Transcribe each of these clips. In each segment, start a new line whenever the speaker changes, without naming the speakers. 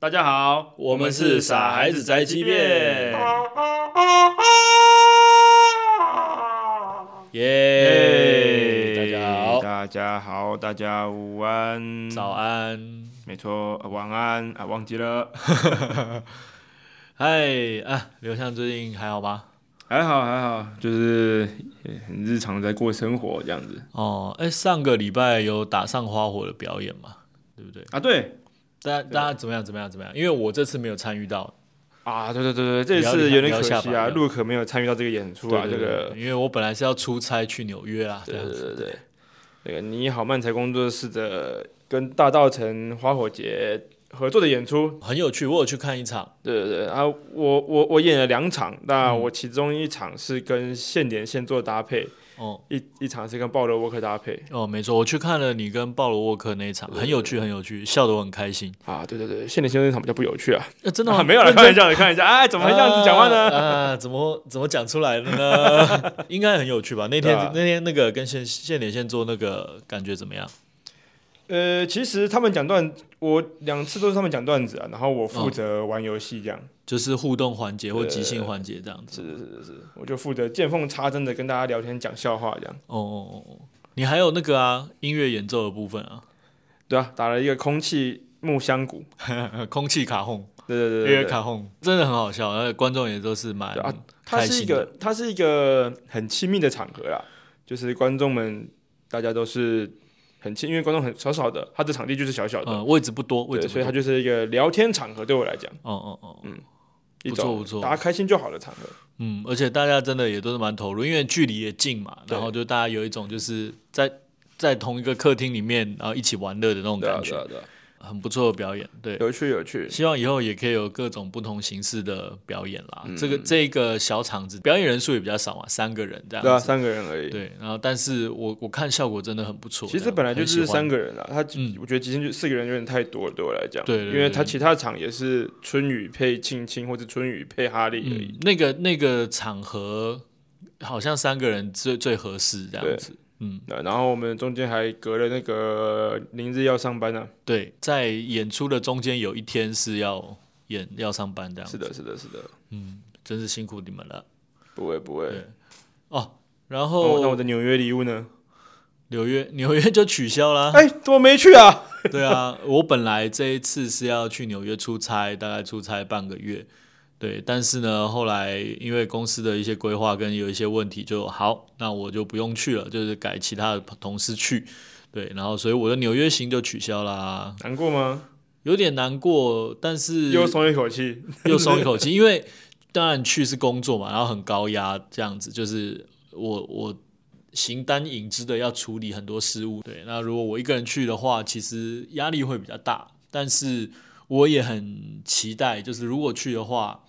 大家好，
我们是傻孩子宅急便耶！大家好，
大家好，大家午安，
早， 安，
没错，呃晚安啊，忘记了，
嗨啊！刘向最近还好吗？
还好还好，就是呃很日常在过生活这样子
哦，哎，上个礼拜有打上花火的表演嘛，对不对？
啊，对
大家大家怎么样？怎么样？怎么样？因为我这次没有参与到，
啊，对对对对，这
比较
次有点可
比较
惜
下
啊，
巴的
陆可没有参与到这个演出啊，
对
这
对对
个
对因为我本来是要出差去纽约啊，这样子。
对对，那个你好漫才工作室的跟大道城花火节合作的演出，
很有趣，我有去看一场，
对对对啊，我我我演了两场，那我其中一场是跟现点现做搭配，
哦
一一场是跟鲍罗沃克搭配。
哦，没错，我去看了你跟鲍罗沃克那一场，很有趣，很有趣，笑得我很开心。
啊，对对对，现点现做那场比较不有趣啊，
那真的
啊
吗
没有了，开玩笑的，开玩 笑，哎，怎么会这样子讲话呢？
啊，啊怎么怎么讲出来的 呢？应该很有趣吧？
对
那天、
啊
那天那个跟现现连线做那个感觉怎么样？
呃，其实他们讲段，我两次都是他们讲段子啊，然后我负责玩游戏这样，
就是互动环节或即兴环节这样子。
是是是是，我就负责见缝插针的跟大家聊天讲笑话这样。
哦哦哦哦，你还有那个啊，音乐演奏的部分啊，
对啊，打了一个空气木箱鼓，
呃空气卡轰，
对对对
音
对对
乐卡轰，真的很好笑，而且观众也都是蛮
对啊它
开
是一
心
个
的。，
它是一个很亲密的场合啦，就是观众们大家都是很亲，因为观众很少少的，它的场地就是小小的，
嗯，位置不多，位
对，
置
所
不
以它
多。
就是一个聊天场合，对我来讲，
哦哦哦，
一
不错
种
不错
大家开心就好的场合。
嗯，而且大家真的也都是蛮投入，因为距离也近嘛，
对
然后就大家有一种就是在在同一个客厅里面，然后一起玩乐的那种
对啊
感觉
对。啊对啊，
很不错的表演，对，
有趣有趣，
希望以后也可以有各种不同形式的表演啦。
嗯
这个这个小场子表演人数也比较少嘛，三个人这
对啊，
样子，
三个人而已。
对。然后，但是我我看效果真的很不错。
其
这
实
样
本来就
很喜
是
欢
三个人啦，他
嗯
我觉得极限就四个人有点太多了，对我来讲。
对对对
因为他其他场也是春雨配庆庆或者春雨配哈利而已。
嗯，那个那个场合好像三个人最最合适这样子。嗯，
对然后我们中间还隔了那个林日要上班呢、啊
对，在演出的中间有一天是要演要上班这样
是
子，
的，是的，是的，
嗯，真是辛苦你们了
不会不会
对。哦。然
哦，那
后
我的纽约礼物呢？
纽约纽约就取消啦。
哎、怎么没去啊？
对啊，我本来这一次是要去纽约出差，大概出差半个月。对，但是呢，后来因为公司的一些规划跟有一些问题就，好，那我就不用去了，就是改其他的同事去。对，然后所以我的纽约行就取消啦，
难过吗？
有点难过，但是
又松一口 气。
又松一口气，因为当然去是工作嘛，然后很高压这样子，就是我我形单影只的要处理很多事务。对，那如果我一个人去的话，其实压力会比较大，但是我也很期待，就是如果去的话。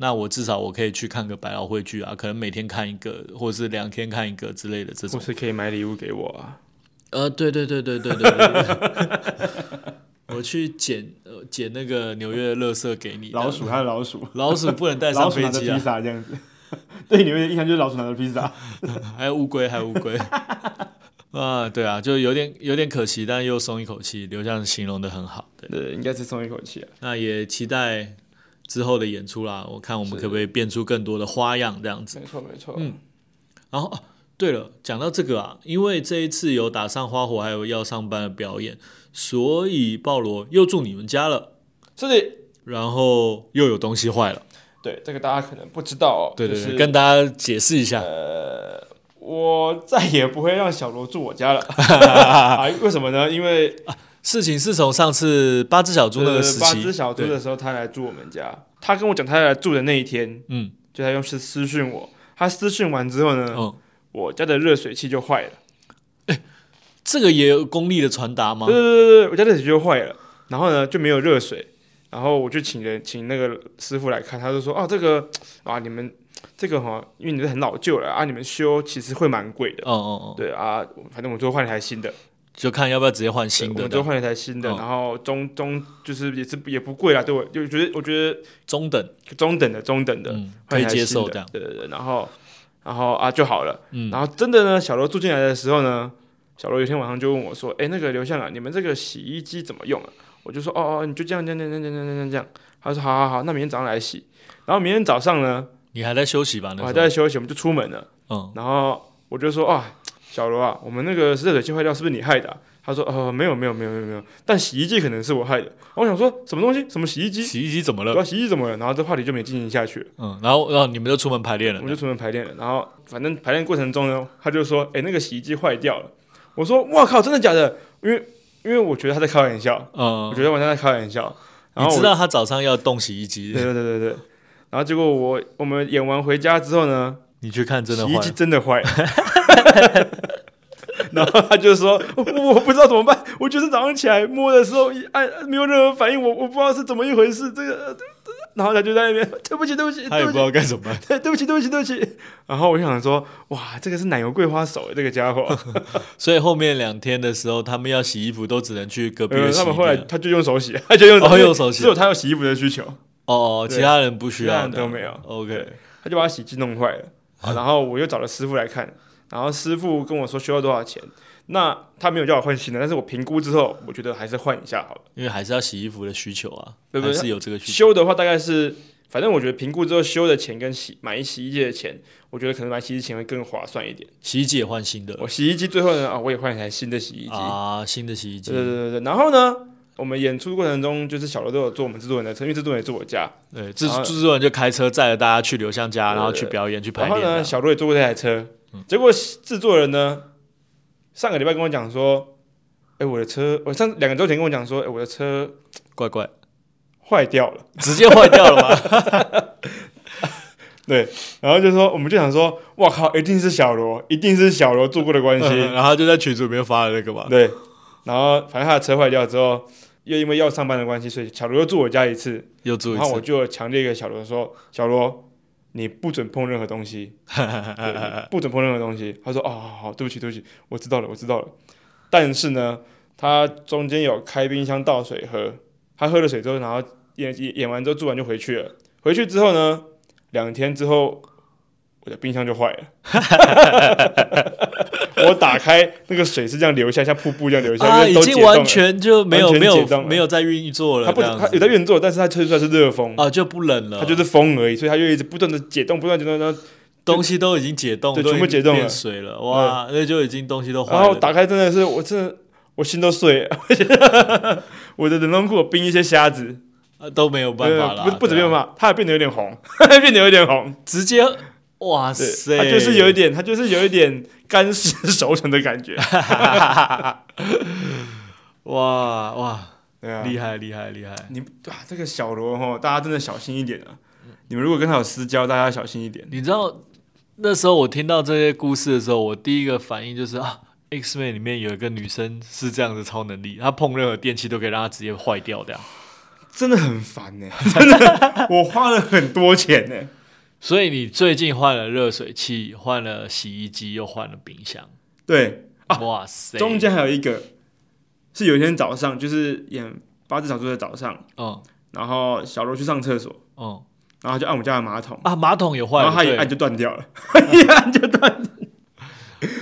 那我至少我可以去看个百老汇剧啊，可能每天看一个，或者是两天看一个之类的这
或
种。
是可以买礼物给我啊？
呃，对对对对对对对对我去捡呃捡那个纽约的垃圾给你。
老鼠还有老鼠，
老鼠不能带
老
上
鼠
飞
拿着
机
披
啊！
萨这样子。 对你们的印象就是老鼠拿着披萨，
还有乌龟，还有乌龟。 啊，对啊，就有点有点可惜，但又松一口气。刘向形容的很好，对，
对，应该是松一口气啊。
那也期待之后的演出啦。我看我们可不可以变出更多的花样这样子。
没错，没错。
嗯然后、啊、对了，讲到这个啊，因为这一次有打上花火，还有要上班的表演，所以鲍罗又住你们家了，
是的，
然后又有东西坏了。
对，这个大家可能不知道哦。
对对对，
就是、
跟大家解释一下。
我再也不会让小罗住我 家了。啊，为什么呢？因为
事情是从上次八只小猪那个时期，
八只小猪的时候，他来住我们家。他跟我讲他来住的那一天，
嗯
就他用私私讯我。他私讯完之后呢，
嗯，
我家的热水器就坏了。
这个也有功力的传达吗
对？对对对对，我家热水器就坏了，然后呢就没有热水，然后我就请人请那个师傅来看，他就说啊这个啊你们这个哈，因为你们很老旧了啊，你们修其实会蛮贵的。
哦哦哦，
对啊，反正我们最后换了一台新的，
就看要不要直接换新
对我
的
们最后
的，
换了一台新的，
嗯
然后中中就是也是也不贵啦，对我就觉得我觉得
中等，
中等的中等的，
嗯，可
换一
以
台
接
新
受
的
这样。
对对对，然后然后啊就好了，
嗯
然后真的呢，小罗住进来的时候呢，小罗有一天晚上就问我说：“哎，那个刘向啊，你们这个洗衣机怎么用啊？”我就说哦哦，你就这样这样这样这样这样这样这样。他说好好好，那明天早上来洗。然后明天早上呢，
你还在休息吧？那
我还
时候
在休息，我们就出门了。
嗯，
然后我就说啊，小罗啊，我们那个热水器坏掉，是不是你害的啊、他说哦，没有没有没有没有没有，但洗衣机可能是我害的。然后我想说什么东西？什么洗衣机？
洗衣机怎么
对
了？
啊，洗衣机怎么了？然后这话题就没进行下去了。
嗯，然后然后你们就出门排练了
我们。就出门排练了。然后反正排练过程中呢，他就说：“哎、那个洗衣机坏掉了。”我说：“哇靠，真的假的？”因为因为我觉得他在开玩笑，
嗯
我，觉得晚上在开玩笑。然
你
后我
知道他早上要动洗衣
对
机，
对对对对。然后结果我我们演完回家之后呢，
你去看真的
洗衣
坏
机
了。
真的坏。 然后他就说：“我我不知道怎么办，我就是早上起来摸的时候一哎按没有任何反应，我我不知道是怎么一回事。这个，然后他就在那边对不起对不起，
他
对
也
不
哎
起
不知道该怎么办，
对，对不起，对不起，对不起。然后我就想说，哇，这个是奶油桂花手，这个家 伙。呃
所以后面两天的时候，他们要洗衣服都只能去隔壁
呃，
的洗
他
衣
们后来
店。
他就用手洗， 他就用
哦用手洗
只有他有洗衣服的需求，
哦，
对
其他人不需
其他
要
人
的
都没有。
OK，
他就把洗衣机弄坏了。啊然后我又找了师傅来看，然后师傅跟我说修了多少钱。那他没有叫我换新的，但是我评估之后，我觉得还是换一下好了。
因为还是要洗衣服的需求啊，
对不
还
对
是有这个需求。
修的话大概是，反正我觉得评估之后修的钱跟洗买洗衣机的钱，我觉得可能买洗衣机钱会更划算一点。
洗衣机也换新的
我洗衣机最后呢，啊，我也换一台新的洗衣机。
啊，新的洗衣机
对。对对对对。然后呢，我们演出过程中，就是小罗都有做我们制作人的车，因为制作人也住我家。
对，制
然后
制作人就开车载着大家去刘向家，
对
然后去表演、去排
然后
练
呢，
这样。嗯
小罗也坐过这台车。结果制作人呢，上个礼拜跟我讲说，哎，我的车，我上两个周前跟我讲说，哎，我的车
怪怪，
坏掉了。
直接坏掉了 吧？
对，然后就说，我们就想说，哇靠，一定是小罗，一定是小罗做过的关系。
然后就在群组里面发了那个嘛。
对，然后反正他的车坏掉之后，又因为要上班的关系，所以小罗又住我家一次。
又做一
然后我
次，
就强烈跟小罗说：“小罗，你不准碰任何东西，
嗯
对你不准碰任何东西。”他说：“哦，好好，对不起，对不起，我知道了，我知道了。”但是呢，他中间有开冰箱倒水喝，他喝了水之后，然后演演演完之后做完就回去了。回去之后呢，两天之后，我的冰箱就坏 了。我打开那个水是这样流下，像瀑布一样流下，
啊，
因为
已
都解
经
冻了
完。全就没有
完全
没
解冻
有
了
没有在运作
他
了，
不
这
止，
样
他有
子
在运作，但是他吹出来是热风。
啊就不冷了，
它就是风而已，所以它就一直不断的解冻，不断地解冻，然后
东西都已经解冻，
对
都已经
全部解冻了
变水了，哇，那就已经东西都坏
然后
了。
打开真的是，我真的我心都碎 了。我的冷冻库有冰一些虾子，
啊都没有办法
呃
了，
不不
对
怎
啊
么办法，它还变得有点红， 它变得有点红，
直接，哇
对，
塞，
它就是有一点，它就是有一点干湿熟成的 感觉，
哇哇，
对啊，
厉害厉害厉害！
你哇，这个小罗哦，大家真的小心一点啊！你们如果跟他有私交，大家要小心一点。
你知道那时候我听到这些故事的时候，我第一个反应就是啊。X Men 里面有一个女生是这样的超能力，她碰任何电器都可以让它直接坏掉这样。
真的很烦呢、 真的，我花了很多钱呢、
所以你最近换了热水器，换了洗衣机，又换了冰箱，
对，
哇塞！
中间还有一个是有一天早上，就是演八只小猪的早上，
嗯
然后小罗去上厕所，
嗯
然后他就按我家的马桶，
啊，马桶也坏
然
了，
后他一
对
按就断掉了，一按就断。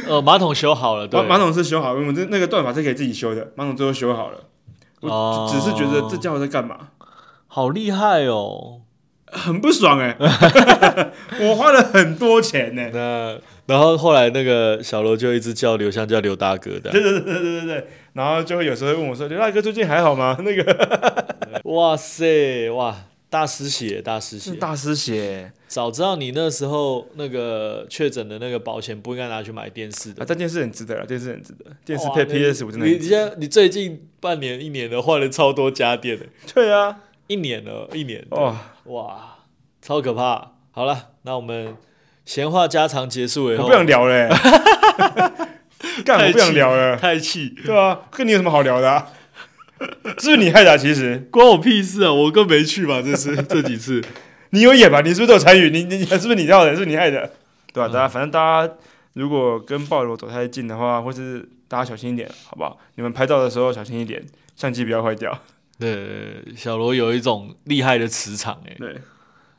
呃马桶修好了，对
马马桶是修好，我们这那个断法是可以自己修的，马桶最后修好了。我
哦
只只是觉得这家伙在干嘛，
好厉害哦。
很不爽哎、 我花了很多钱欸呢、
那然后后来那个小罗就一直叫刘香叫刘大哥的，
对对对对对对对，然后就会有时候会问我说：“刘大哥最近还好吗？”那个
哇塞，哇，大失血，大失血！
嗯大师鞋
早知道你那时候那个确诊的那个保险不应该拿去买电视的
啊，，但电视很值得了，电视很值得，电视
哇
配
那
PS 我真的
你
很
你现在你最近半年一年的换了超多家电的，
对啊，
一年了，一年
哇、
哇，超可怕！好了，那我们闲话家常结束以
我
后
不，想聊 了、欸，干，
太
我不想聊了。
太气，
对啊，跟你有什么好聊的、啊？是不是你害的啊、其实
关我屁事啊！我更没去嘛，这次 这几次。
你有演吧？你是不是都有参与？你 你你是不是你要的？是不是你害的？对
嗯
啊，大家反正大家如果跟暴罗走太近的话，或是大家小心一点，好不好？你们拍照的时候小心一点，相机不要坏掉。
对，小罗有一种厉害的磁场哎、
对，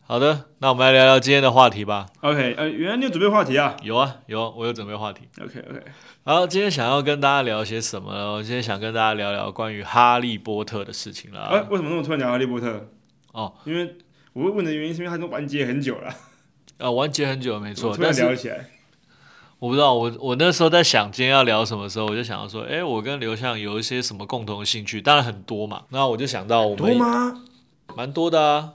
好的，那我们来聊聊今天的话题吧。
OK，呃，原来你有准备话题啊
有啊，有啊，我有准备话题。
？OK OK，
哎
好，今天想要跟大家聊些什么呢？我今天想跟大家聊聊关于哈利波特的事情
哎、
呃
啦。
为什么那么突然讲哈利波特？
哦，
因为我会问的原因是因为它都完结很久了，
啊，完结很久了没
我
错，
突
但
然
是
聊起来。
我不知道，我我那时候在想今天要聊什么时候，我就想要说，哎，我跟刘向有一些什么共同的兴趣，当然很多嘛。那我就想到我
多
们
吗？
蛮多的啊，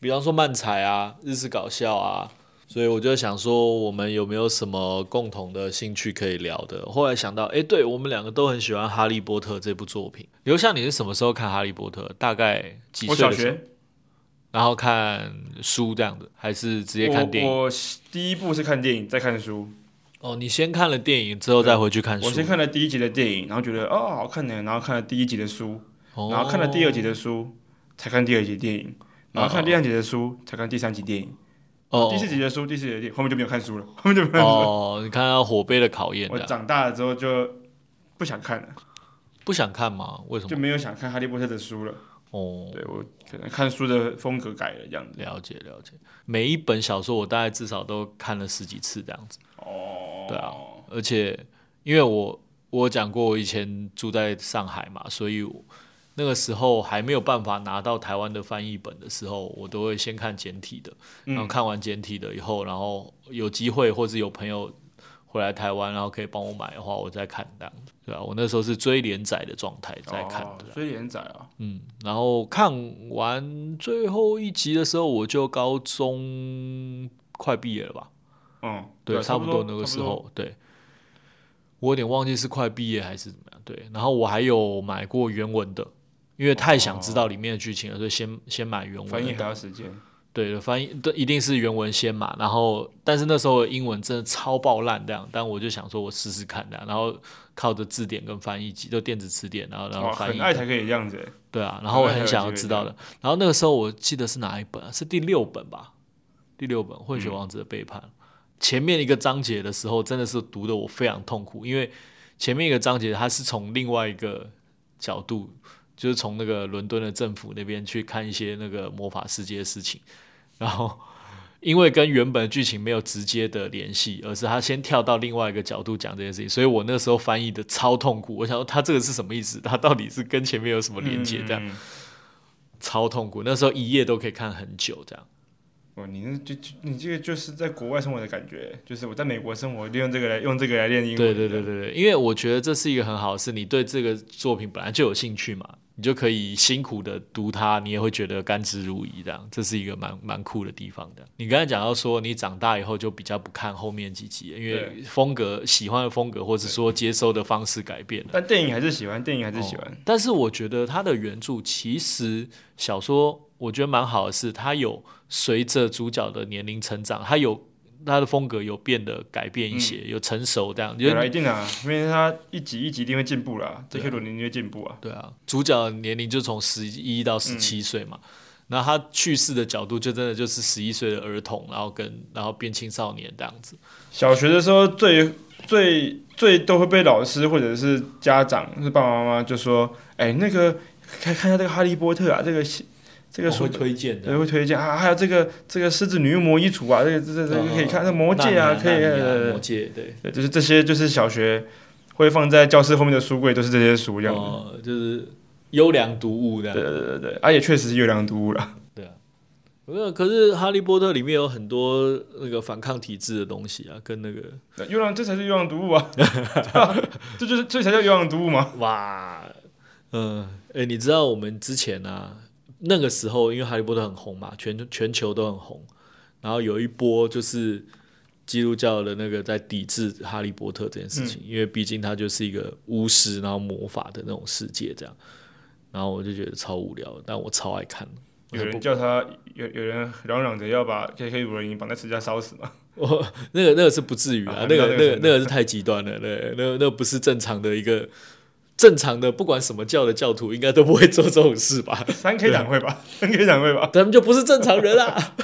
比方说漫才啊、日式搞笑啊，所以我就想说，我们有没有什么共同的兴趣可以聊的？后来想到，哎，对我们两个都很喜欢《哈利波特》这部作品。刘向，你是什么时候看《哈利波特》？大概几
我
岁
小
的时候？
学
然后看书这样子，还是直接看电影？
我我
第一部是看电影，再看书。
哦，你先看了电影之后再回去看书。
我先看了第一集的电影，然后觉得哦好看呢，然后看了第一集的书，
哦，
然后看了第二集的书，才看第二集电影，然后看第三集的书，才看第三集电影，
哦，
第四集的书，第四集的电影，后面就没有看书了， 后面就没有看书了。
哦，你看到火杯的考验
我
的，
长大了之后就不想看了，
不想看吗？为什
就
么？
没有想看哈利波特的书了。
哦，
对我可能看书的风格改了这样子。
了解了解。每一本小说我大概至少都看了十几次这样子，
哦
对啊，而且因为我我有讲过我以前住在上海嘛，所以我那个时候还没有办法拿到台湾的翻译本的时候，我都会先看简体的，然后看完简体的以后，然后有机会或是有朋友回来台湾，然后可以帮我买的话，我再看这样子，对啊，我那时候是追连载的状态在看的
哦，追连载啊，
嗯，然后看完最后一集的时候，我就高中快毕业了吧？
嗯，
对，
啊
差
差
不多那个时，候，对。我有点忘记是快毕业还是怎么样，对。然后我还有买过原文的，因为太想知道里面的剧情了，所以先先买原文
翻译
的。
还要时间。
对，翻译对，一定是原文先嘛。然后，但是那时候的英文真的超爆烂这样，但我就想说我试试看这样，然后靠着字典跟翻译机，就电子词典，然后然后
哦，
翻译
很爱才可以这样子欸。
对啊，然后我很想要知道的。然后那个时候我记得是哪一本、啊？是第六本吧？第六本《混血王子的背叛》前面一个章节的时候，真的是读的我非常痛苦，因为前面一个章节它是从另外一个角度，就是从那个伦敦的政府那边去看一些那个魔法世界的事情，然后。因为跟原本的剧情没有直接的联系，而是他先跳到另外一个角度讲这件事情，所以我那时候翻译的超痛苦。我想说他这个是什么意思？他到底是跟前面有什么连接？这样、
嗯嗯嗯
超痛苦，那时候一页都可以看很久，这样。
哦，你那就就你这个就是在国外生活的感觉，就是我在美国生活，利用这个来用这个来练英文。
对对对对对，因为我觉得这是一个很好的事，你对这个作品本来就有兴趣嘛，你就可以辛苦的读它，你也会觉得甘之如饴，这样，这是一个蛮蛮酷的地方的。你刚才讲到说，你长大以后就比较不看后面几集了，因为
对
风格喜欢的风格，或者说接收的方式改变了。
但电影还是喜欢，电影还是喜欢。
哦但是我觉得他的原著其实小说，我觉得蛮好的是，它有随着主角的年龄成长，它有它的风格有变得改变一些，有成熟这样。
有
就
啦，一定啊，因为他一集一集一定会进步啦，这
对啊
些罗琳一定会进步啊。
对啊，主角的年龄就从十一到十七岁嘛。那他去世的角度就真的就是十一岁的儿童，然后跟然后变青少年这样子。
小学的时候最最最都会被老师或者是家长、是爸爸妈妈就说：“哎、那个看看一下这个《哈利波特》啊，这个戏这个
我
书
哦会推荐
对，
的，
会推荐啊，还有这个这个狮子女魔衣橱啊，这个这这这个可以
哦
看，那魔戒啊，
纳尼
可以，
纳
对
尼亚
对对
魔戒对。
对，就是这些，就是小学会放在教室后面的书柜，都是这些书这样子。
哦，就是优良读物这样。
对对对对，啊，也确实是优良读物了。
对啊，没有。可是《哈利波特》里面有很多那个反抗体制的东西啊，跟那个
对优良，这才是优良读物啊，对啊这就是这才叫优良读物嘛。
哇，嗯，哎、你知道我们之前啊，那个时候因为《哈利波特》很红嘛，全全球都很红，然后有一波就是基督教的那个在抵制《哈利波特》这件事情，因为毕竟它就是一个巫师然后魔法的那种世界这样。然后我就觉得超无聊，但我超爱看。
有人叫他，有有人嚷嚷着要把 K.K. 罗琳绑在石架烧死嘛？
我那个那个是不至于啊
啊，
那个
那个
那个
真
那
的
个是太极端了，对，那那不是正常的一个正常的，不管什么教的教徒应该都不会做这种事吧？
三 K 党会吧，三 K 党会吧？
他们就不是正常人啊！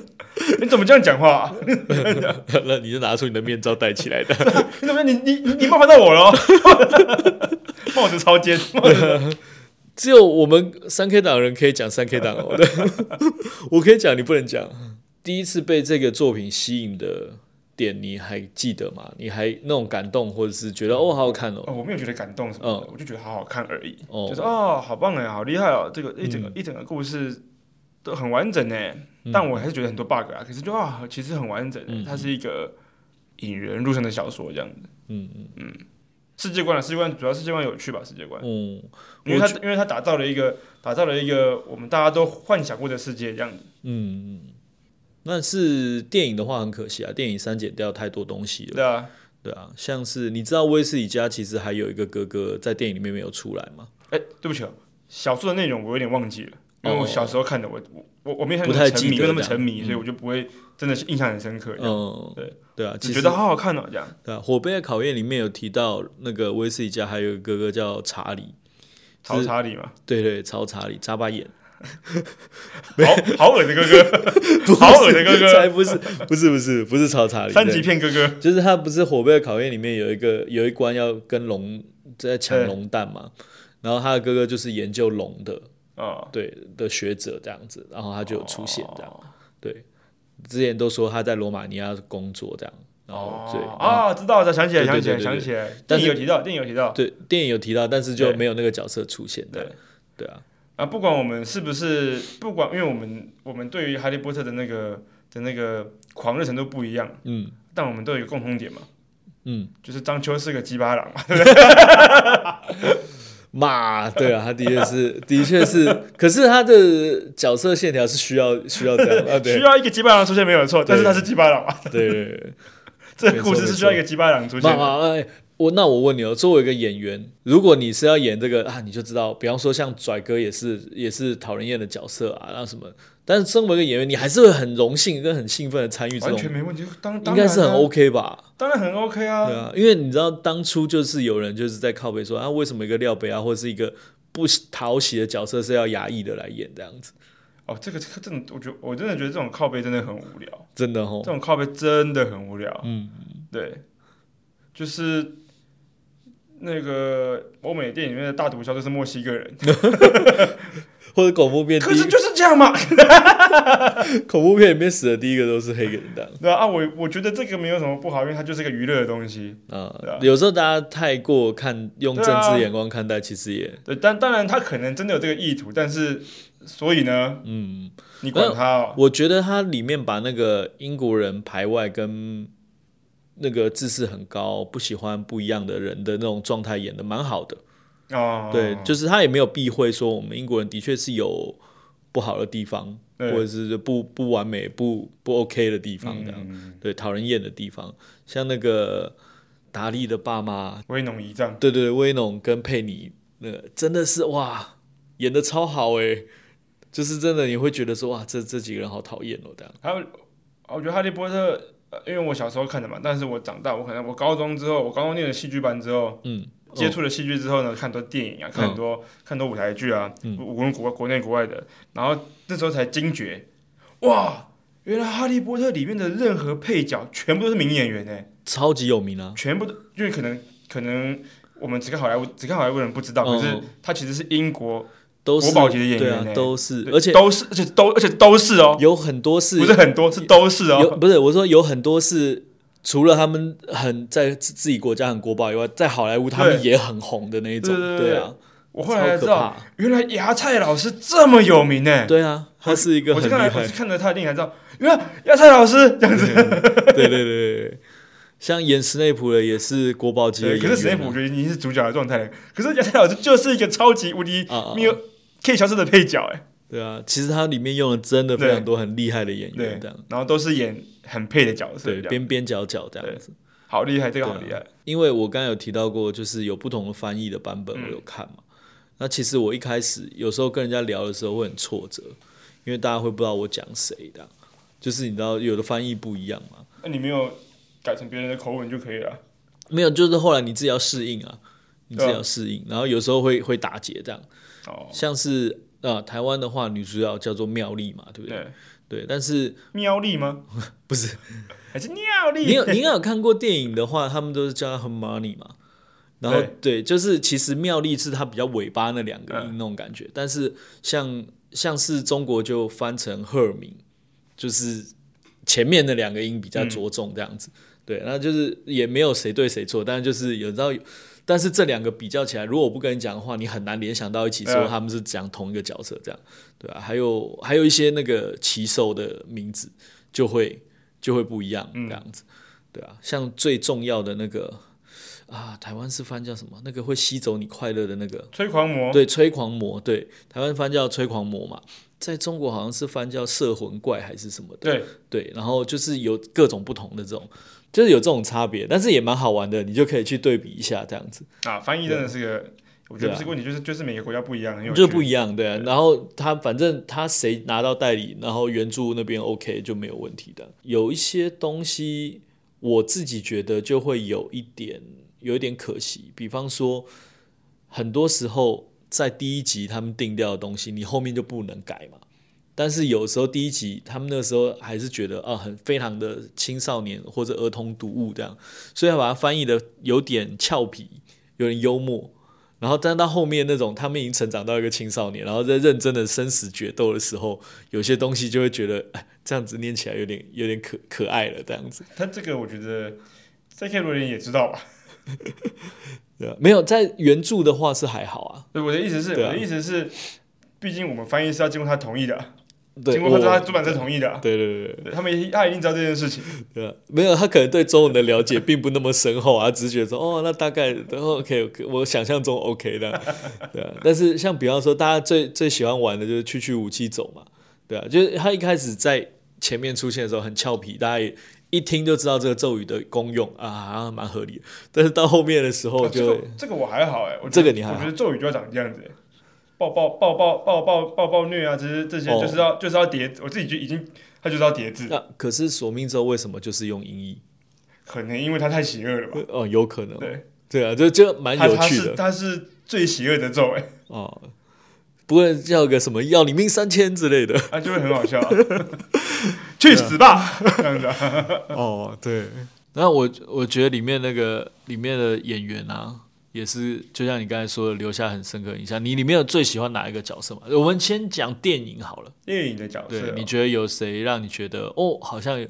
你怎么这样讲话、啊？
那你就拿出你的面罩戴起来的，
你怎么你你你你冒犯到我了、哦？帽子超尖，帽子
只有我们三 K 党人可以讲三 K 党哦，对 我可以讲，你不能讲。第一次被这个作品吸引的点，你还记得吗？你还那种感动，或者是觉得哦，好好看哦，
哦，我没有觉得感动什么的，我就觉得好好看而已。
哦
就是哦，好棒哎，好厉害哦，这个一整个、一整个故事都很完整哎，但我还是觉得很多 bug 啊。可是就啊、其实很完整，它是一个引人入胜的小说这样子。
嗯
嗯世界观啊，世界观主要世界观有趣吧，世界观，
嗯
因为它因为它打造了一个打造了一个我们大家都幻想过的世界这样子。
嗯嗯。但是电影的话很可惜啊，电影删减掉太多东西了。
对啊，
对啊，像是你知道威斯里家其实还有一个哥哥在电影里面没有出来吗？
哎、对不起哦，小说的内容我有点忘记了，因为我
哦
小时候看的，我我我我没有
不太
沉迷，
记得
没有那么
这样
沉迷，所以我就不会真的是印象很深刻这样。
嗯，
对
对啊，
只
其
觉
实
得好好看哦，这样。
对啊，《火杯的考验》里面有提到那个威斯里家还有一个哥哥叫查理，
曹查理嘛，
对对，超查理眨巴眼，
好好恶的哥 哥，
不是
好恶的哥哥
才不是，不是不是不是超查理，
三级
对
片哥哥，
就是他不是《火杯的考验》里面有一个有一关要跟龙在抢
对
龙蛋嘛，然后他的哥哥就是研究龙的，
哦，
对的学者这样子，然后他就有出现这样，
哦，
对，之前都说他在罗马尼亚工作这样，然后对，然后
啊，知道，知道想起来，想
对对
起来，
对对
想起来，
但
电
是
影有提到，电影有提到，
对，电影有提到，但是就
对
没有那个角色出现的。对啊，
啊，不管我们是不是，不管，因为我们我们对于哈利波特的那个的那个狂热程度不一样，
嗯
但我们都有一个共通点嘛，
嗯，
就是张秋是个鸡巴狼嘛，
嘛，对啊，他的确是， 的确是，可是他的角色线条是需要需要这样的啊， 对
需要一个鸡巴狼出现没有错，但是他是鸡巴狼嘛，
对对对，
这个故事
没
是
错
需要一个鸡巴狼出
嘛
现的，
嘛，哎，我那我问你哦，作为一个演员，如果你是要演这个啊，你就知道，比方说像拽哥也是也是讨人厌的角色啊，那什么，但是身为一个演员，你还是会很荣幸跟很兴奋的参与这
完
种，
全没问题，当
应该是
当
很
然啊
OK 吧？
当然很 OK
对
啊，
啊，因为你知道当初就是有人就是在靠北说啊，为什么一个廖北啊，或者是一个不讨喜的角色是要压抑的来演这样子，
哦，这个这个真的，我觉得我真的觉得这种靠背真的很无聊。
真的吼
这，种靠背真的很无聊。
哦嗯，
对，就是那个欧美电影里面的大毒枭都是墨西哥人，
或者恐怖片
可
第
是
一
就是这样嘛，
恐怖片里面死的第一个都是黑人的
对啊啊，我我觉得这个没有什么不好，因为它就是个娱乐的东西。对
啊
啊，
有时候大家太过看用
对
政
啊
治眼光看待，其实也
对，但当然他可能真的有这个意图，但是所以呢，
嗯，
你管他哦，
我觉得它里面把那个英国人排外跟。那个自视很高、不喜欢不一样的人的那种状态演的蛮好的，
哦，
对，就是他也没有避讳说我们英国人的确是有不好的地方，或
对
者是不不完美、不不 OK 的地方，这样、
嗯，
对讨人厌的地方，像那个达利的爸妈，
威农一丈，
对对对，威农跟佩妮，那个真的是哇，演的超好诶、就是真的你会觉得说哇，这这几个人好讨厌哦，这样，
还有啊我觉得哈利波特。呃因为我小时候看的嘛，但是我长大，我可能我高中之后，我高中念了戏剧班之后，
嗯，
接触了戏剧之后呢，看很多电影啊，看很多、看很多舞台剧啊，
嗯
无无论国国内国外的，然后那时候才惊觉，哇，原来《哈利波特》里面的任何配角全部都是名演员欸呢，
超级有名啊，
全部都因为可能可能我们只看好莱坞只看好莱坞人不知道，可是
嗯
他其实是英国，
都是
国宝级的演员
对啊，
欸
都是，
对
而且
都是而且都而且都是哦，
有很多是
不是很多是都是
有
哦，
不是我说有很多是除了他们很在自自己国家很国宝以外，在好莱坞他们
对
也很红的那一种，
对对对
对啊，
我后来才
超
知
可
道，
怕，
原来芽菜老师这么有名呢。
对啊，他是一个
我
很
是
厉
看了，我
害
是，看了他的电影才知道，原来芽菜老师这样子。
对对对对对，像演史内普的也是国宝级的
对，
演员
可
啊、
是史内普我觉得已经是主角的状态了。可是亚太老师就是一个超级无敌
啊啊啊
没有 K 乔治的配角哎，
对啊，其实他里面用了真的非常多很厉害的演
对
员，这样，
然后都是演很配的角色，
对
这样
边边角角这样子。
好厉害，这个好
对啊
厉害。
因为我刚才有提到过，就是有不同的翻译的版本，我
嗯
有看嘛。那其实我一开始有时候跟人家聊的时候会很挫折，因为大家会不知道我讲谁的，就是你知道有的翻译不一样嘛。
那你没有改成别人的口吻就可以了。
没有，就是后来你自己要适应啊，你自己
对啊
要适应，然后有时候会会打结这样。
哦，
像是呃台湾的话，女主角叫做妙丽嘛，对不对？
对，
对，但是
喵力吗？
不是
还是尿
你
力？
有你应该有看过电影的话，他们都是叫她 Hermione 嘛，然后对，就是其实妙丽是它比较尾巴那两个音
嗯
那种感觉，但是像像是中国就翻成赫尔明，就是前面的两个音比较着重这样子。对，那就是也没有谁对谁错，但是就是有知道有，但是这两个比较起来，如果我不跟你讲的话，你很难联想到一起说
嗯
他们是讲同一个角色这样，对吧、还有还有一些那个骑手的名字就会就会不一样这样子，对啊，像最重要的那个啊，台湾是翻叫什么？那个会吸走你快乐的那个，
吹狂魔，
对，吹狂魔，对，台湾翻叫吹狂魔嘛，在中国好像是翻叫摄魂怪还是什么的，
对，
对，然后就是有各种不同的这种，就是有这种差别，但是也蛮好玩的，你就可以去对比一下这样子，
啊，翻译真的是个，我觉得不是问题，就是就是每个国家不一样，很有
就
趣。
不一样，对啊、然后他反正他谁拿到代理，然后原著那边 OK 就没有问题的。有一些东西我自己觉得就会有一点有一点可惜，比方说很多时候在第一集他们定掉的东西，你后面就不能改嘛。但是有时候第一集他们那时候还是觉得啊，很非常的青少年或者儿童读物这样，所以他把它翻译的有点俏皮，有点幽默。然后，但到后面那种他们已经成长到一个青少年，然后在认真的生死决斗的时候，有些东西就会觉得，哎，这样子念起来有点有点可可爱了，这样子。
他这个我觉得 J.K. 罗琳也知道吧？
对啊，没有在原著的话是还好啊。
对，我的意思是，
对啊
我的意思是，毕竟我们翻译是要经过他同意的，
对，
经过他
我
他出版社同意的，
对对对对
对他们一定他一定知道这件事情。
对啊，没有，他可能对中文的了解并不那么深厚啊，只是觉得说，哦，那大概，然后 OK，, OK 我想象中 OK 的， 对啊。但是像比方说，大家最最喜欢玩的就是去去武器走嘛，对啊，就是他一开始在前面出现的时候很俏皮，大家也一听就知道这个咒语的功用啊，好像蛮合理的。但是到后面的时候
哦
就
这
会、
个这个我还好哎，我
这
觉
个
得
你还好
我觉得咒语就要长这样子欸，抱抱抱抱抱抱抱抱虐啊，这些这些
哦
就是要就是要叠，我自己就已经他就是要叠字，
那、可是索命咒为什么就是用音译？
可能因为他太邪恶了吧？
哦，有可能，
对
对啊，就就蛮
他
有
他
趣
是
的
他是最邪恶的咒 哎，
哦。不过叫个什么要你命三千之类的。
啊就会很好笑 啊，去死吧！这样子啊，
哦，对。那我我觉得里面那个里面的演员啊，也是就像你刚才说的，留下很深刻的印象。你里面有最喜欢哪一个角色吗？我们先讲电影好了。
电影的角色
对，
哦
你觉得有谁让你觉得哦，好像有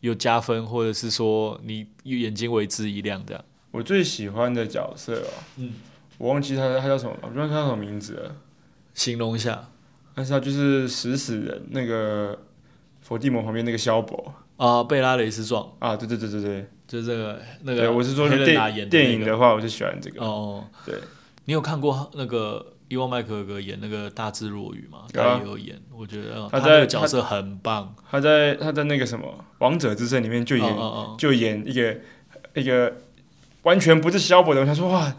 有加分，或者是说你眼睛为之一亮这样？
我最喜欢的角色哦，
嗯
我忘记他他叫什么了，我忘记他叫什么名字了，
形容一下
但是他就是食死人那个伏地魔旁边那个萧伯
啊、贝拉雷斯壮，
啊，对对对对对，
就是这个那
对
个
我是说
黑人打
电
演
电影
那个
的话，我就喜欢这个，
哦。
对，
你有看过那个伊万麦克格演那个《大智若愚》吗？
有
他
啊
也有演，我觉得、呃
他
他
在
那个角色很棒。
他在他在那个什么《王者之声》里面就
嗯
演、
嗯嗯，
就演一个一个完全不是萧伯的人，他说哇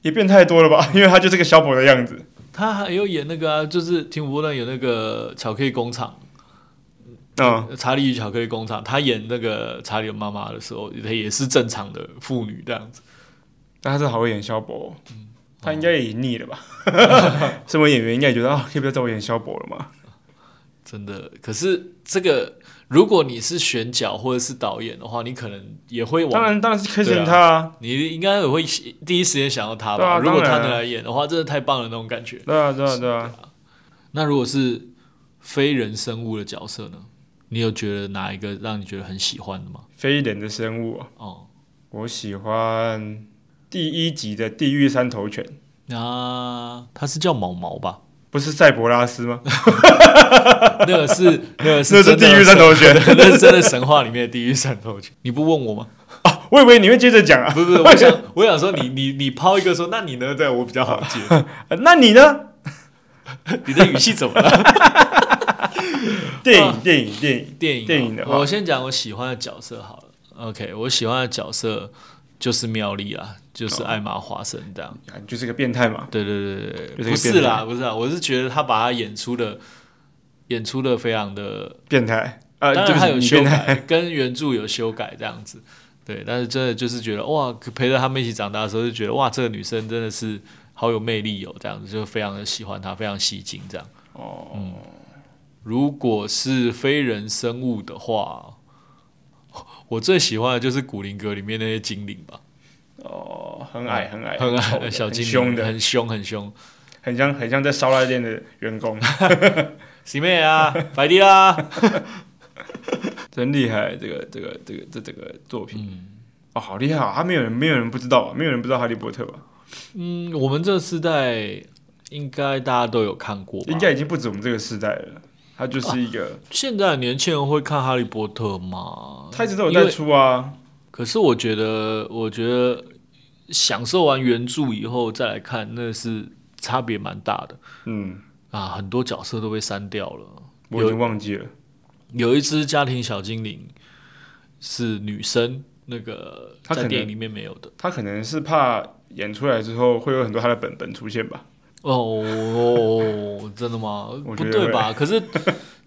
也变太多了吧，因为他就是个萧伯的样子，
他还有演那个啊，就是听伯顿有那个巧克力工厂，
嗯，
查理与巧克力工厂，他演那个查理的妈妈的时候，他也是正常的妇女这样子。
但他是好会演萧伯、哦，他应该也腻了吧？ 身为演员应该也觉得啊，可以不要找我演萧伯了嘛。
真的，可是这个，如果你是选角或者是导演的话，你可能也会
当
往，
然，当然是推
对啊
荐他啊，
你应该也会第一时间想到他
对
吧？
啊
如果他
当然啊
能来演的话，真的太棒了那种感觉。
对啊，对啊，对啊。
那如果是非人生物的角色呢？你有觉得哪一个让你觉得很喜欢的吗？
非人的生物哦，
哦，
我喜欢第一集的地狱三头犬，
那他是叫毛毛吧？
不是塞博拉斯吗？
那个是 那个
那
是
是
真的
地狱三头犬。
神， 那是真的神话里面的地狱三头犬。你不问 我吗？
我以为你会接着讲 啊，
不是不是，我想我想说你你你抛一个说，那你呢？对我比较好接。
呃那你呢？
你的语气怎么了？
电
啊
影，电影，电影，
电影啊
电影的话
我先讲我喜欢的角色好了。OK，我喜欢的角色就是妙丽啊，就是艾玛华生这样。
啊你就是个变态嘛。
对对
就
对对对，
是
不
一个
是
变态
啦，不是啦，我是觉得他把他演出的演出的非常的，
变态啊，
当然
对不
他
起，
有
你
修
变态。
改，跟原著有修改这样子。对，但是真的就是觉得哇，陪着他们一起长大的时候，就觉得哇，这个女生真的是好有魅力哦，这样子就非常的喜欢她，非常吸睛这样。嗯
哦，
如果是非人生物的话，我最喜欢的就是《古灵阁》里面那些精灵吧。哦，
哦，很矮很矮
很
丑的
小精灵
凶的，
很凶很凶。
很像很像在烧腊店的员工。
西妹啊， 白迪啦，
真厉害，这个这个这个这这个作品，
嗯
哦，好厉害、啊！他没有人没有人不知道啊吧？没有人不知道哈利波特啊吧？
嗯，我们这世代应该大家都有看过吧，
应该已经不止我们这个时代了，他就是一个，
现在的年轻人会看《哈利波特》吗？
他一直都有在出啊。
可是我觉得，我觉得享受完原著以后再来看，那是差别蛮大的
嗯，
啊，很多角色都被删掉了。
我已经忘记了。
有一只家庭小精灵是女生，那个
她可
在
能
电影里面没有的。
他可能是怕演出来之后会有很多他的本本出现吧？
哦，真的吗？
我觉
不
得
对吧？可是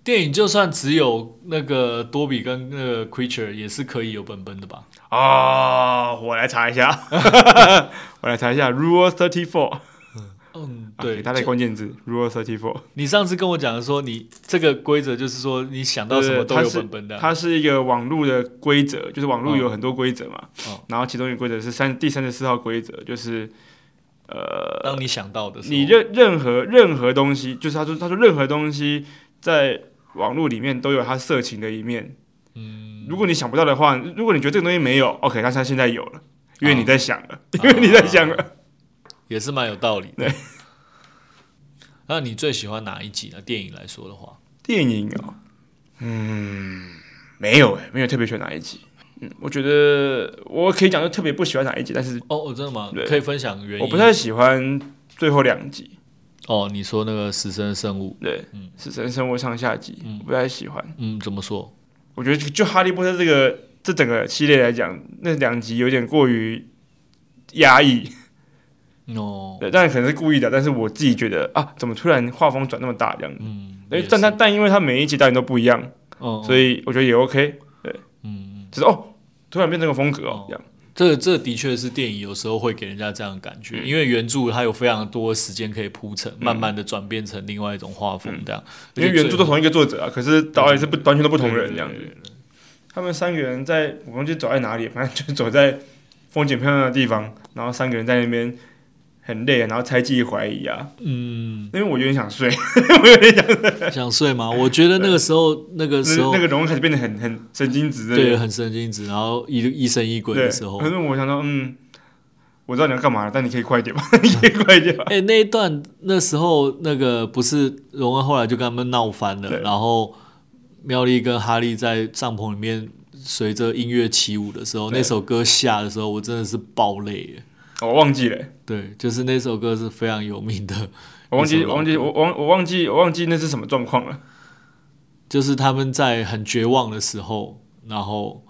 电影就算只有那个多比跟那个 creature 也是可以有本本的吧？
啊、我来查一 下，我来查一下 Rule Thirty Four，啊
嗯，对，
他的
就
关键字 Rule Thirty Four，
你上次跟我讲的说，你这个规则就是说，你想到什么都有本本的啊。嗯
它是一个网络的规则，就是网络有很多规则嘛，
哦
然后其中一个规则是三第三十四号规则，就是呃，
当你想到的时候，
你任任何任何东西，就是他说他说任何东西在网络里面都有它色情的一面。嗯，如果你想不到的话，如果你觉得这个东西没有，OK，那哦它现在有了，因为你在想了，
啊
因为你在想了。
也是蛮有道理的。那你最喜欢哪一集呢？电影来说的话，
电影哦，嗯，没有哎、没有特别喜欢哪一集。嗯，我觉得我可以讲，就特别不喜欢哪一集，但是
哦，哦真的吗
对？
可以分享原因？
我不太喜欢最后两集。
哦，你说那个死神生物，
对，死神生活上下集，我不太喜欢。
嗯，怎么说？
我觉得就就哈利波特这个这整个系列来讲，那两集有点过于压抑，
哦，
对，但可能是故意的。但是我自己觉得啊，怎么突然画风转那么大这样子？
嗯，
对
也，
但
是
但但因为它每一集导演都不一样，
哦，
所
以，
以我觉得也 OK。
嗯，
只是哦，突然变成个风格哦，这样。
这这的确是电影有时候会给人家这样的感觉，
嗯
因为原著它有非常多时间可以铺陈，慢慢的转变成另外一种画风这样。
嗯因为原著都同一个作者啊，可是导演是不完全都不同人这样
对
子。他们三个人在，我忘记走在哪里，反正就是走在风景漂亮的地方，然后三个人在那边很累，然后猜忌怀疑啊。
嗯，
因为我有点想睡，
想睡吗？我觉得那个时候，那个时
那
候
那个人物开始变得很很神经质的，
对，很神经质，然后疑疑神疑鬼
对
的时候
可，是我想说，嗯，我知道你要干嘛了，但你可以快一点吧， 你可以快一点吧。
哎、那一段那时候那个不是荣恩后来就跟他们闹翻了
对，
然后妙丽跟哈利在帐篷里面随着音乐起舞的时候，
对
那首歌下的时候，我真的是爆泪耶。
哦我忘记了，
对，就是那首歌是非常有名的，
我忘记，
那首
我忘记，我忘，我忘记，我忘记那是什么状况了。
就是他们在很绝望的时候，然后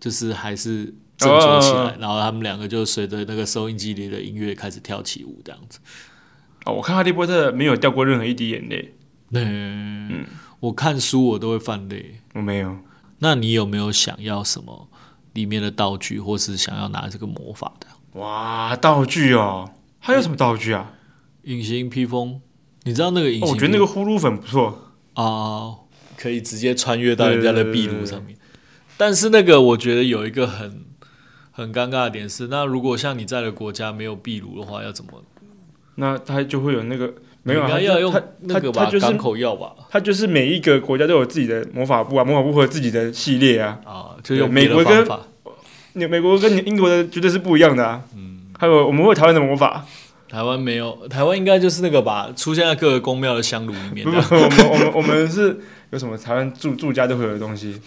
就是还是振作起
哦哦
来，然后他们两个就随着那个收音机里的音乐开始跳起舞，这样子。
哦，我看《哈利波特》没有掉过任何一滴眼泪，
嗯，我看书我都会犯累。
我没有。
那你有没有想要什么里面的道具，或是想要拿这个魔法的
哇，道具哦，还有什么道具啊？
隐形披风？你知道那个隐形
哦，
披、
我觉得那个呼噜粉不错。
啊、可以直接穿越到人家的壁炉上面。但是那个我觉得有一个很很尴尬的点是，那如果像你在的国家没有壁炉的话，要怎么？
那它就会有那个没有
你
啊，它
应该
就
要用
它
那
它
个吧
它，就是
港口药吧？
它就是每一个国家都有自己的魔法部啊，魔法部会有自己的系列啊。
啊，就用
对
别的
美国
方
跟
法。
你美国跟你英国的绝对是不一样的啊。嗯，还有我们会有台湾的魔法，
台湾没有，台湾应该就是那个吧，出现在各个宫庙的香炉里面
不
的。
不，我们我们我们是有什么台湾住住家都会有的东西，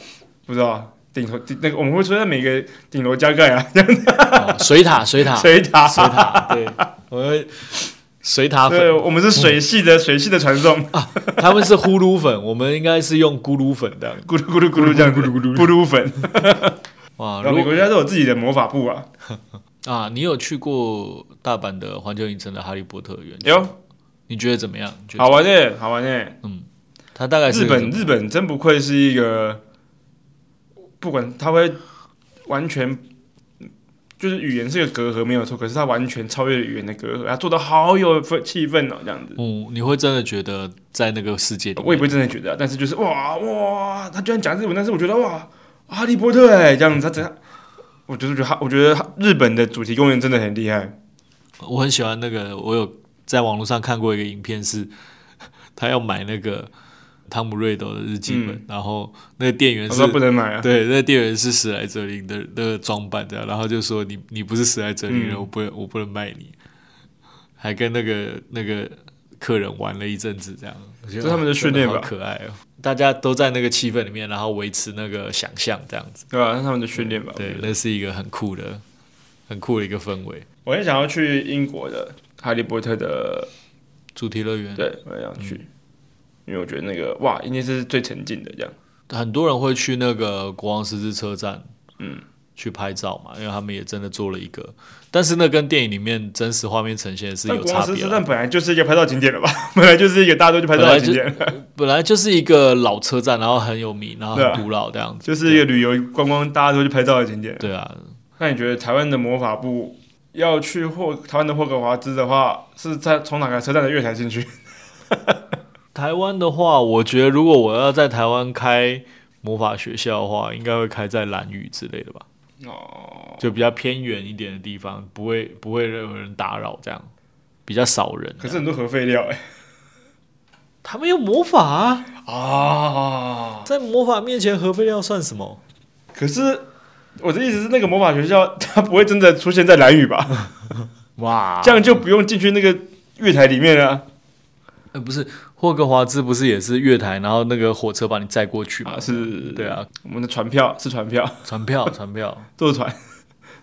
不知道啊顶头顶那个我们会出现在每个顶楼加盖啊，
哦水塔，水塔，水
水塔。
塔，对，我们水塔
对，
粉，
我们是水系的水系的传送，
他们是呼噜粉，我们应该是用咕噜粉的。
咕噜咕噜咕噜这样咕噜咕啊噜咕噜粉。
哇，
然后
如
每
果
个国家都有自己的魔法部啊。
啊，你有去过大阪的环球影城的哈利波特园区？
有
你觉得怎么样？你觉得
好玩呢，好玩呢。
它大哎概是
日本
个
日本真不愧是一个，不管他会完全就是语言是个隔阂没有错，可是他完全超越了语言的隔阂，他做的好有氛气氛哦，这样子。
嗯，你会真的觉得在那个世界里
我也
面
不会真的觉得啊，但是就是哇哇，他居然讲日文，但是我觉得哇，哈利波特哎、这样子，他怎样？我就是觉得它，我觉得日本的主题公园真的很厉害。
我很喜欢那个，我有在网络上看过一个影片是， 他要买那个汤姆瑞斗的日记本，然后那个店员
我
是
嗯说不能 买啊，
对，那店员是史莱哲林的那个装扮的，然后就说你你不是史莱哲林人，
嗯
我不能我不能卖你，还跟那个那个客人玩了一阵子，这样，我觉得
这是他们的
啊
训练吧
真的好可爱哦，大家都在那个气氛里面，然后维持那个想象，这样子，
对吧、那他们的训练吧。我
对
觉，得
那是一个很酷的、很酷的一个氛围。
我也想要去英国的哈利波特的，
主题乐园，
对，我也想去，因为我觉得那个哇，一定是最沉浸的这样。
很多人会去那个国王十字车站，嗯，去拍照嘛，因为他们也真的做了一个，但是那跟电影里面真实画面呈现是
但
有
国王
差
十
别
字
啦。
站本来就是一个拍照景点了吧？ 本来就是一个大家都去拍照的景点，
本来就是一个老车站，然后很有名，然后
对啊
很古老这样子。
就是一个旅游观光大家都去拍照的景点。
对啊，
那你觉得台湾的魔法部要去霍台湾的霍格华兹的话，是在从哪个车站的月台进去？
台湾的话，我觉得如果我要在台湾开魔法学校的话，应该会开在兰屿之类的吧，
哦，
就比较偏远一点的地方，不会不会有人打扰，这样比较少人。
可是很多核废料哎、
他们有魔法、啊，
啊，
在魔法面前，核废料算什么？
可是我的意思是，那个魔法学校 它不会真的出现在蓝屿吧？
哇
这样就不用进去那个月台里面了啊、
呃不是霍格华兹不是也是月台，然后那个火车把你载过去嘛？
啊！是，
对，啊，
我们的船票是船票，
船票船票。，
坐船，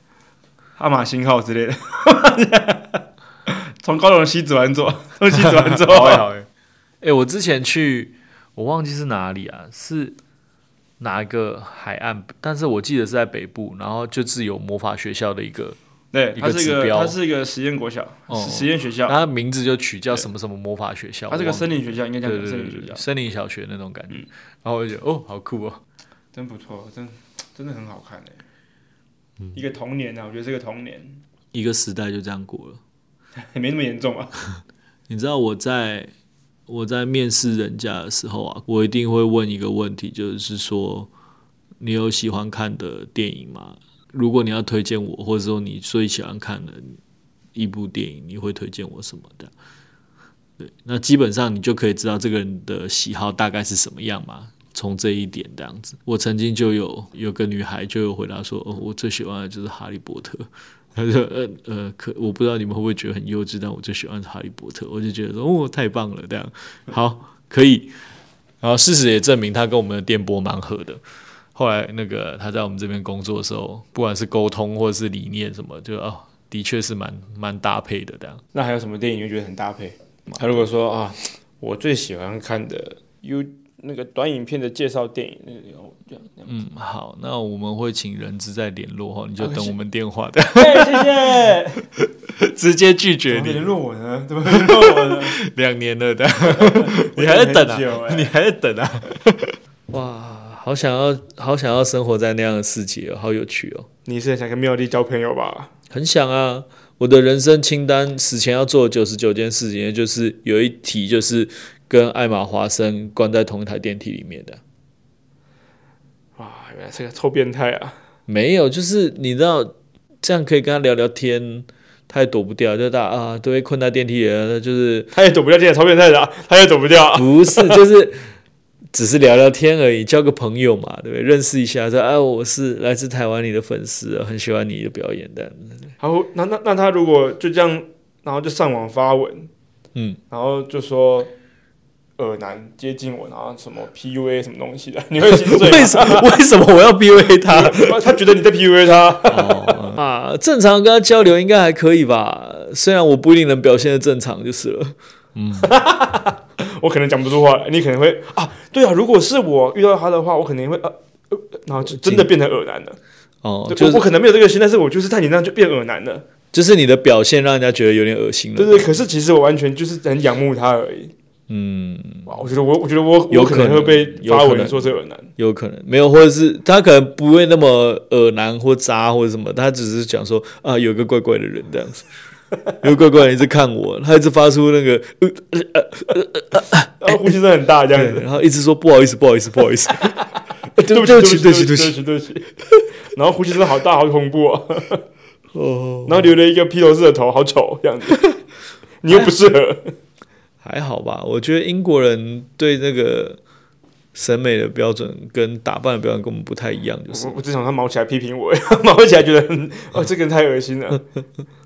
阿玛星号之类的， 从高雄西子湾坐， 从西子湾坐
好哎好哎，哎，我之前去，我忘记是哪里啊，是哪一个海岸？但是我记得是在北部，然后就是有魔法学校的一个，
对，
一个
它是一
指
个
标
它是一个实验国小，
哦
实实验学校
然，后它名字就取叫什么什么魔法学校，
它是个
我忘
森林学校，应该
对
讲
对
森
对
林学
对
校，嗯
森林小学那种感觉。然后我就觉得哦，好酷哦，
真不错，真真的很好看哎，一个童年啊，我觉得是个童年，
一个时代就这样过了。
也没那么严重啊。
你知道我在我在面试人家的时候啊，我一定会问一个问题，就是说你有喜欢看的电影吗？如果你要推荐我，或者说你最喜欢看的一部电影，你会推荐我什么的？对，那基本上你就可以知道这个人的喜好大概是什么样嘛。从这一点这样子，我曾经就有有个女孩就有回答说，哦，我最喜欢的就是哈利波特。他说：“呃呃，可我不知道你们会不会觉得很幼稚，但我最喜欢哈利波特，我就觉得说哦，太棒了，这样好可以。然后事实也证明，他跟我们的电波蛮合的。后来那个他在我们这边工作的时候，不管是沟通或者是理念什么，就哦，的确是蛮蛮搭配的这样。
那还有什么电影会觉得很搭配？他如果说啊，我最喜欢看的 U 那个短影片的介绍电影，那个有这样 这样
嗯，好，那我们会请人资再联络哦，你就
啊可
等
是
我们电话的，
哎， 谢谢。
直接拒绝
怎么
你
联，络我呢？怎么联络我呢？
两年了的， 你还在等
我
啊
等很久？欸
你还在等啊？哇，好想要，好想要生活在那样的世界、哦，好有趣哦！
你是很想跟妙丽交朋友吧？
很想啊！我的人生清单死前要做九十九件事情，也就是有一题就是跟艾玛华生关在同一台电梯里面的，
哇，原来是个臭变态啊！
没有，就是你知道这样可以跟他聊聊天，他也躲不掉，就大家啊都被困在电梯里了，那就是
他也躲不掉，这也超变态的啊、他也躲不掉啊。
不是，就是只是聊聊天而已，交个朋友嘛，对不对？认识一下，说哎，我是来自台湾你的粉丝，很喜欢你的表演 的。
然后，那那那他如果就这样，然后就上网发文，
嗯，
然后就说耳男接近我，然后什么 PUA 什么东西的， 你会心碎
为
吗？
什么 为什么我要 PUA 他？
他觉得你在 PUA 他，
哦啊，正常跟他交流应该还可以吧，虽然我不一定能表现的正常就是了。
我可能讲不出话来，你可能会啊，对啊，如果是我遇到他的话，我可能会呃。呃然后就真的变成耳男了，
哦，
对
就
我
是
我可能没有这个心，但是我就是在你那样就变耳男了，
就是你的表现让人家觉得有点恶心了。
对对。可是其实我完全就是很仰慕他而已。
嗯，
哇，我觉得我我觉得我
有
我可能
可能
会被
有
发
可能
文说是耳 男，
有可能没有，或者是他可能不会那么耳男或渣或者什么，他只是讲说啊，有个怪怪的人这样子，有个怪怪的人一直看我，他一直发出那个呃
然呃后呼吸声很大这样子
对，。然后一直说不好意思，不好意思，不好意思，对
对
不
不
起，
起，
对
对
不
不起，对
起，对
不
不起，
起，
对不
对
起
不，起，对不起。然后胡须真的好大，好恐怖哦。 然后留了一个披头士的头，好丑这样子。 你又不适合，
还好吧，我觉得英国人对那个审美的标准跟打扮的标准跟我们不太一样，就是
我我只想他毛起来批 评我，毛起来觉得很哦这个人太恶心 了。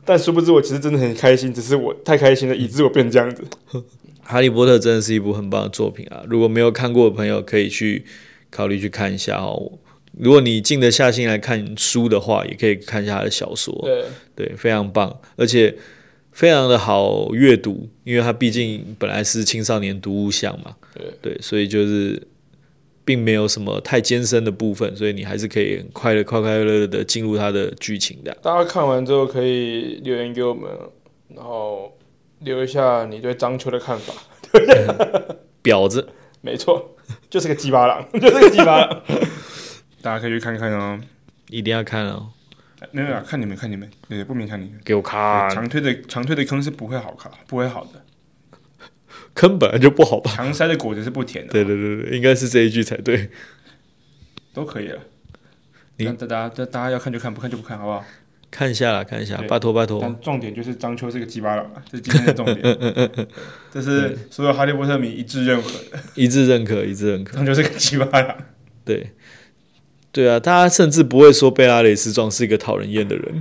但殊不知我其实真的很开心，只是我太开心了，以致我变成这样子。
《哈利波特》真的是一部很棒的作品啊！如果没有看过的朋友，可以去考虑去看一下哦。如果你静得下心来看书的话，也可以看一下他的小说。
对，
对，非常棒，而且非常的好阅读，因为它毕竟本来是青少年读物项嘛，对所以就是并没有什么太艰深的部分，所以你还是可以很快的、快快乐乐的进入它的剧情的。
大家看完之后可以留言给我们，然后留一下你对章丘的看法。
婊子，
没 错，就是个鸡巴狼， 就是个鸡巴狼。
大家可以去看看哦。
一定要看哦，
哎没
嗯
有啊，看你们，看你们，对，不勉强你们。
给我
啊
看，
常推的常推的坑是不会好卡，不会好 的。
坑本来就不好吧？
常塞的果子是不甜的，
对对对对，应该是这一句才对。
都可以了。
你
那大家大大家要看就看，不看就不看，好不好？
哦
看一下啦，看一下，
对
拜托拜托，
但重点就是章丘是个鸡巴佬， 这是今天的重点。对 这是所有哈利波特迷一致认可的，
一致认可，一致认可。
章丘是个鸡巴佬。
对，对啊，大家甚至不会说贝拉雷斯壮是一个讨人厌的人。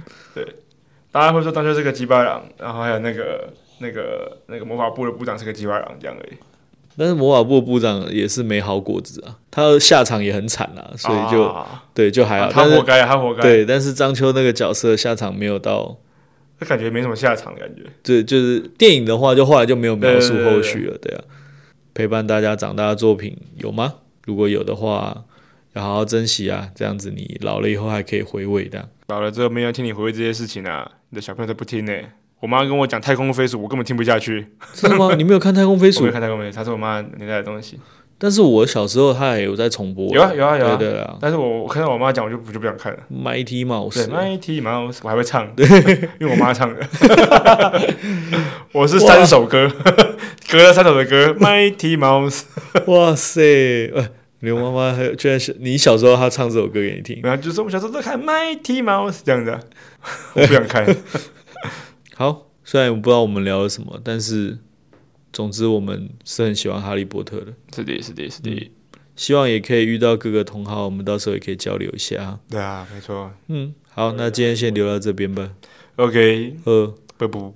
大家会说章丘是个鸡巴狼，然后还有那个那个那个魔法部的部长是个鸡巴狼这样而已。
但是魔法部部长也是没好果子啊，他下场也很惨啦、所以就、
啊
对就还好。
啊他
但
活
是
该啊，他活该，
对，但是章丘那个角色下场没有到，
他感觉没什么下场的感觉。
对，就是电影的话，就后来就没有描述
对对对
后续了，对啊。陪伴大家长大的作品有吗？如果有的话，要好好珍惜啊，这样子你老了以后还可以回味的啊。
老了之后没有人听你回味这些事情啊，你的小朋友都不听呢、我妈跟我讲太空飞鼠，我根本听不下去。
真的吗？你没有看《太空飞
我
鼠
没》？看太空飞鼠，它是我妈年代的东西。
但是我小时候它也有在重播，
有啊有啊有啊
对对啊
但是我我看到我妈讲，我就我就不想看了。
，Mighty
对
Mouse，
，Mighty Mouse，我还会唱， 因为我妈 唱的。我是三首歌， 隔了三首的 歌，Mighty Mouse，
哇塞，呃，刘妈妈还有居然是你小时候她唱这首歌给你听。
然后就说我们小时候都看 Mighty Mouse 这样子啊、我不想看。
好，虽然我不知道我们聊了什么，但是总之我们是很喜欢哈利波特的，
是的，是的，是的。
希望也可以遇到各个同好，我们到时候也可以交流一下。
对啊，没错。
嗯，好，那今天先聊到这边吧。
OK，
呃，
不不，